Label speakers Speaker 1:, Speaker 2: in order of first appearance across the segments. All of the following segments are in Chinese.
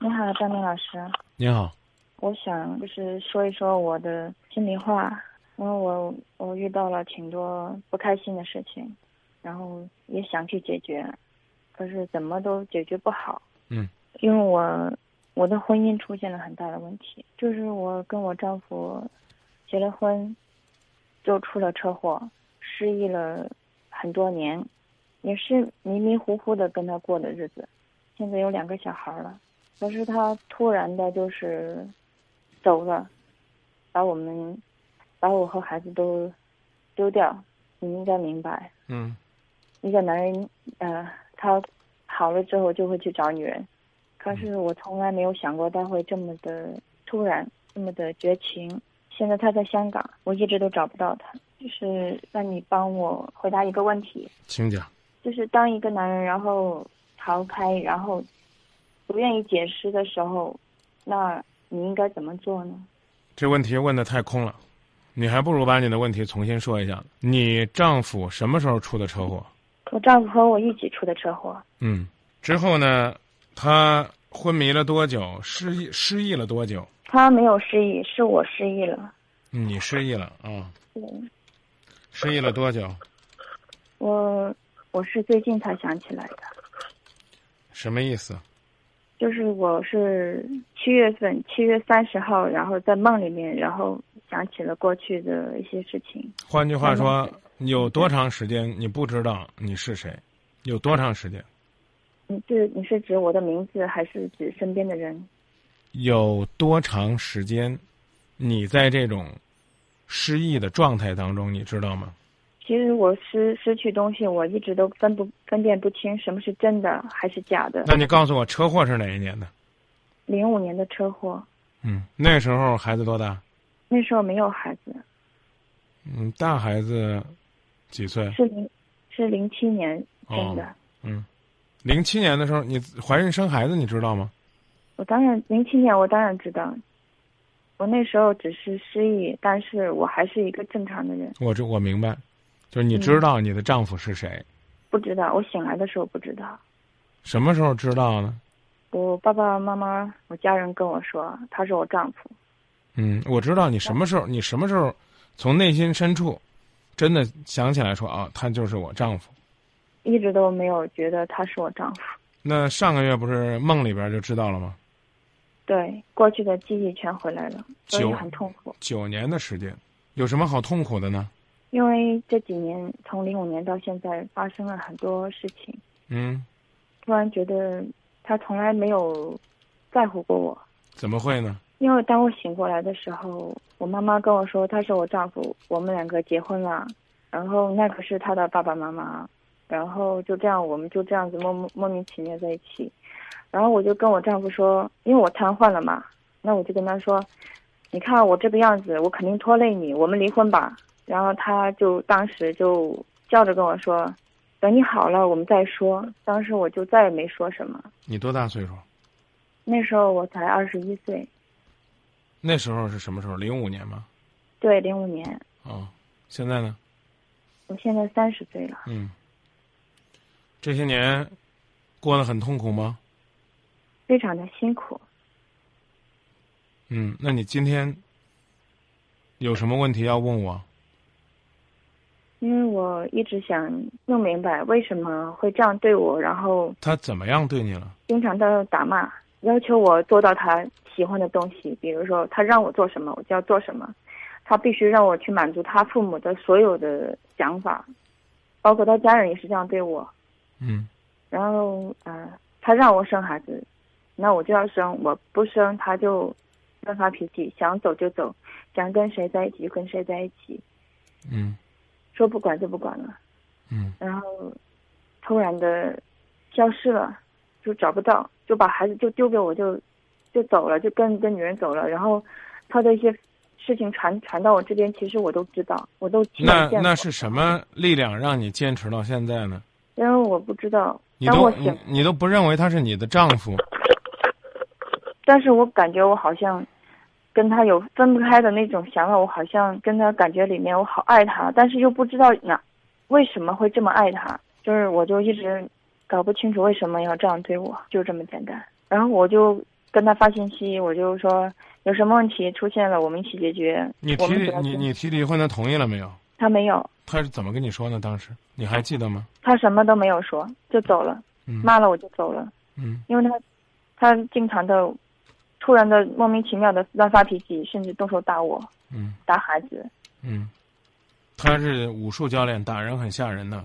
Speaker 1: 你好，张明老师，
Speaker 2: 你好，
Speaker 1: 我想就是说一说我的心里话，因为我我遇到了挺多不开心的事情，然后也想去解决，可是怎么都解决不好。
Speaker 2: 嗯，
Speaker 1: 因为我我的婚姻出现了很大的问题，就是我跟我丈夫结了婚，就出了车祸，失忆了很多年，也是迷迷糊糊的跟他过的日子。现在有两个小孩了，可是他突然的就是走了，把我们把我和孩子都丢掉。你应该明白，
Speaker 2: 嗯
Speaker 1: 一个男人，呃，他好了之后就会去找女人，可是我从来没有想过他会这么的突然，这么的绝情。现在他在香港，我一直都找不到他。就是让你帮我回答一个问题，
Speaker 2: 请讲。
Speaker 1: 就是当一个男人然后逃开，然后不愿意解释的时候，那你应该怎么做呢？
Speaker 2: 这问题问的太空了，你还不如把你的问题重新说一下。你丈夫什么时候出的车祸？
Speaker 1: 我丈夫和我一起出的车祸，
Speaker 2: 嗯，之后呢？他昏迷了多久？失忆失忆了多久？
Speaker 1: 他没有失忆，是我失忆了。
Speaker 2: 嗯你失忆了啊？
Speaker 1: 对，
Speaker 2: 失忆了多久？
Speaker 1: 我我是最近才想起来的。
Speaker 2: 什么意思？
Speaker 1: 就是我是七月份，七月三十号，然后在梦里面，然后想起了过去的一些事情。
Speaker 2: 换句话说，有多长时间你不知道你是谁？有多长时间？
Speaker 1: 你是你是指我的名字，还是指身边的人？
Speaker 2: 有多长时间？你在这种失忆的状态当中，你知道吗？
Speaker 1: 其实我失失去东西，我一直都分不分辨不清什么是真的还是假的。
Speaker 2: 那你告诉我，车祸是哪一年的？
Speaker 1: 零五年的车祸，
Speaker 2: 嗯，那时候孩子多大？
Speaker 1: 那时候没有孩子，
Speaker 2: 嗯，大孩子几岁？
Speaker 1: 是零是零七年生的。
Speaker 2: 哦嗯，零七年的时候你怀孕生孩子，你知道吗？
Speaker 1: 我当然零七年，我当然知道，我那时候只是失忆，但是我还是一个正常的人。
Speaker 2: 我这我明白，就是你知道你的丈夫是谁，
Speaker 1: 不知道，我醒来的时候不知道。
Speaker 2: 什么时候知道呢？
Speaker 1: 我爸爸妈妈，我家人跟我说，他是我丈夫。
Speaker 2: 嗯，我知道你什么时候，你什么时候从内心深处真的想起来说啊，他就是我丈夫。
Speaker 1: 一直都没有觉得他是我丈夫。
Speaker 2: 那上个月不是梦里边就知道了吗？
Speaker 1: 对，过去的记忆全回来了，所以
Speaker 2: 九
Speaker 1: 很痛苦。
Speaker 2: 九年的时间，有什么好痛苦的呢？
Speaker 1: 因为这几年，从零五年到现在，发生了很多事情，
Speaker 2: 嗯，
Speaker 1: 突然觉得他从来没有在乎过我。
Speaker 2: 怎么会呢？
Speaker 1: 因为当我醒过来的时候，我妈妈跟我说他是我丈夫，我们两个结婚了，然后那可是他的爸爸妈妈，然后就这样我们就这样子莫莫莫名其妙在一起，然后我就跟我丈夫说，因为我瘫痪了嘛，那我就跟他说，你看我这个样子，我肯定拖累你，我们离婚吧。然后他就当时就笑着跟我说，等你好了我们再说。当时我就再也没说什么，
Speaker 2: 你多大岁数？
Speaker 1: 那时候我才二十一岁，
Speaker 2: 那时候是什么时候？零五年吗？
Speaker 1: 对，零五年。
Speaker 2: 哦，现在呢？
Speaker 1: 我现在三十岁了，
Speaker 2: 嗯，这些年过得很痛苦吗？
Speaker 1: 非常的辛苦。
Speaker 2: 嗯，那你今天有什么问题要问我？
Speaker 1: 因为我一直想弄明白为什么会这样对我，然后
Speaker 2: 他怎么样对你了？
Speaker 1: 经常的打骂，要求我做到他喜欢的东西，比如说他让我做什么，我就要做什么，他必须让我去满足他父母的所有的想法，包括他家人也是这样对我。
Speaker 2: 嗯，
Speaker 1: 然后呃，他让我生孩子，那我就要生，我不生他就乱发脾气，想走就走，想跟谁在一起就跟谁在一起，
Speaker 2: 嗯
Speaker 1: 说不管就不管了。
Speaker 2: 嗯，
Speaker 1: 然后突然的消失了，就找不到，就把孩子就丢给我就就走了，就跟一个女人走了。然后他的一些事情传传到我这边，其实我都知道，我都亲
Speaker 2: 那
Speaker 1: 眼见
Speaker 2: 那
Speaker 1: 过
Speaker 2: 是什？么力量让你坚持到现在呢？
Speaker 1: 因为我不知道，
Speaker 2: 你
Speaker 1: 当
Speaker 2: 都
Speaker 1: 我
Speaker 2: 你
Speaker 1: 醒，
Speaker 2: 你都不认为他是你的丈夫？
Speaker 1: 但是我感觉我好像跟他有分不开的那种想法，我好像跟他感觉里面我好爱他，但是又不知道哪为什么会这么爱他，就是我就一直搞不清楚为什么要这样对我，就这么简单。然后我就跟他发信息，我就说有什么问题出现了，我们一起解决。
Speaker 2: 你
Speaker 1: 我
Speaker 2: 提
Speaker 1: 们主
Speaker 2: 离
Speaker 1: 要
Speaker 2: 你
Speaker 1: 是
Speaker 2: 你提离婚，他同意了没有？
Speaker 1: 他没有，
Speaker 2: 他是怎么跟你说呢？当时你还记得吗？
Speaker 1: 他什么都没有说，就走了，
Speaker 2: 嗯
Speaker 1: 骂了我就走了，
Speaker 2: 嗯
Speaker 1: 因为他他经常的突然的莫名其妙的乱发脾气，甚至动手打我
Speaker 2: 嗯
Speaker 1: 打孩子，
Speaker 2: 嗯，他是武术教练，打人很吓人的。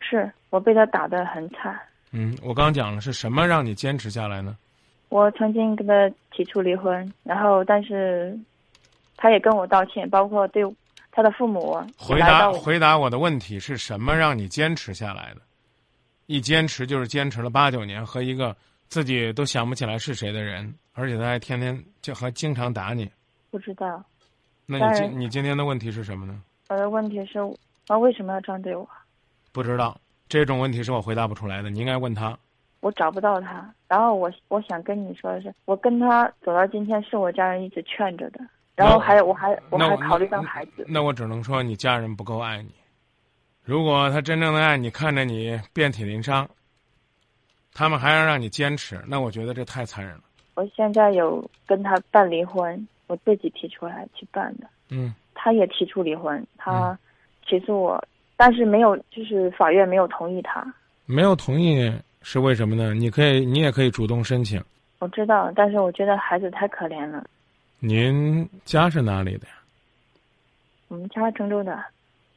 Speaker 1: 是我被他打得很惨。
Speaker 2: 嗯，我刚讲了是什么让你坚持下来呢？
Speaker 1: 我曾经跟他提出离婚，然后但是他也跟我道歉，包括对他的父母
Speaker 2: 回
Speaker 1: 来
Speaker 2: 答
Speaker 1: 到我
Speaker 2: 回答我的问题是什么让你坚持下来的？一坚持就是坚持了八九年，和一个自己都想不起来是谁的人，而且他还天天就还经常打你。
Speaker 1: 不知道。
Speaker 2: 那
Speaker 1: 当
Speaker 2: 你
Speaker 1: 然
Speaker 2: 今你今天的问题是什么呢？
Speaker 1: 我的问题是，他为什么要这样对我？
Speaker 2: 不知道，这种问题是我回答不出来的，你应该问他。
Speaker 1: 我找不到他。然后我我想跟你说的是，我跟他走到今天，是我家人一直劝着的。然后还有，我还我
Speaker 2: 那
Speaker 1: 还
Speaker 2: 我
Speaker 1: 考虑到孩子，
Speaker 2: 那我只能说你家人不够爱你。如果他真正的爱你，看着你遍体鳞伤，他们还要让你坚持，那我觉得这太残忍了。
Speaker 1: 我现在有跟他办离婚，我自己提出来去办的。
Speaker 2: 嗯
Speaker 1: 他也提出离婚，他起诉我，但是没有，就是法院没有同意他。
Speaker 2: 没有同意是为什么呢？你可以，你也可以主动申请。
Speaker 1: 我知道，但是我觉得孩子太可怜了。
Speaker 2: 您家是哪里的呀？
Speaker 1: 我们家郑州的，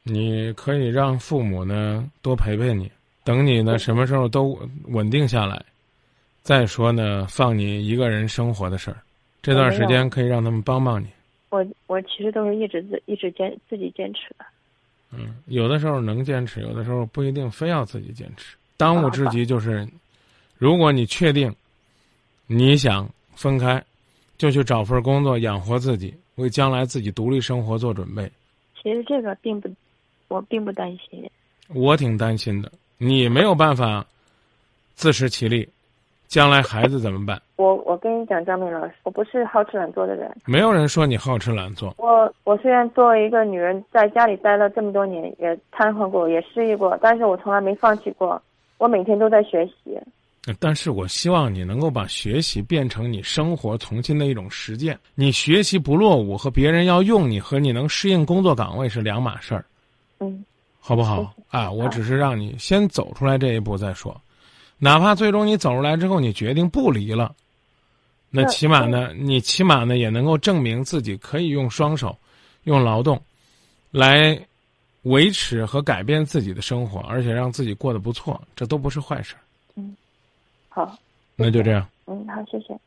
Speaker 2: 你可以让父母呢多陪陪你，等你
Speaker 1: 哦
Speaker 2: 呢什么时候都稳定下来，再说呢放你一个人生活的事儿。这段时
Speaker 1: 哦我没有
Speaker 2: 间可以让他们帮帮你。
Speaker 1: 我我其实都是一直自一直坚自己坚持的。
Speaker 2: 嗯，有的时候能坚持，有的时候不一定非要自己坚持。当务之急就是，如果你确定你想分开，就去找份工作养活自己，为将来自己独立生活做准备。
Speaker 1: 其实这个并不，我并不担心。
Speaker 2: 我挺担心的，你没有办法自食其力，将来孩子怎么办？
Speaker 1: 我我跟你讲，张明老师，我不是好吃懒做的人。
Speaker 2: 没有人说你好吃懒做，
Speaker 1: 我我虽然作为一个女人，在家里待了这么多年，也瘫痪过，也失业过，但是我从来没放弃过。我每天都在学习。
Speaker 2: 但是我希望你能够把学习变成你生活重新的一种实践。你学习不落伍和别人要用你和你能适应工作岗位是两码事儿，
Speaker 1: 嗯，
Speaker 2: 好不好？啊，我只是让你先走出来这一步再说，哪怕最终你走出来之后你决定不离了，那
Speaker 1: 那
Speaker 2: 起码呢，你起码呢也能够证明自己可以用双手，用劳动，来维持和改变自己的生活，而且让自己过得不错，这都不是坏事儿。
Speaker 1: 好，
Speaker 2: 那就这样。
Speaker 1: 嗯，好，谢谢。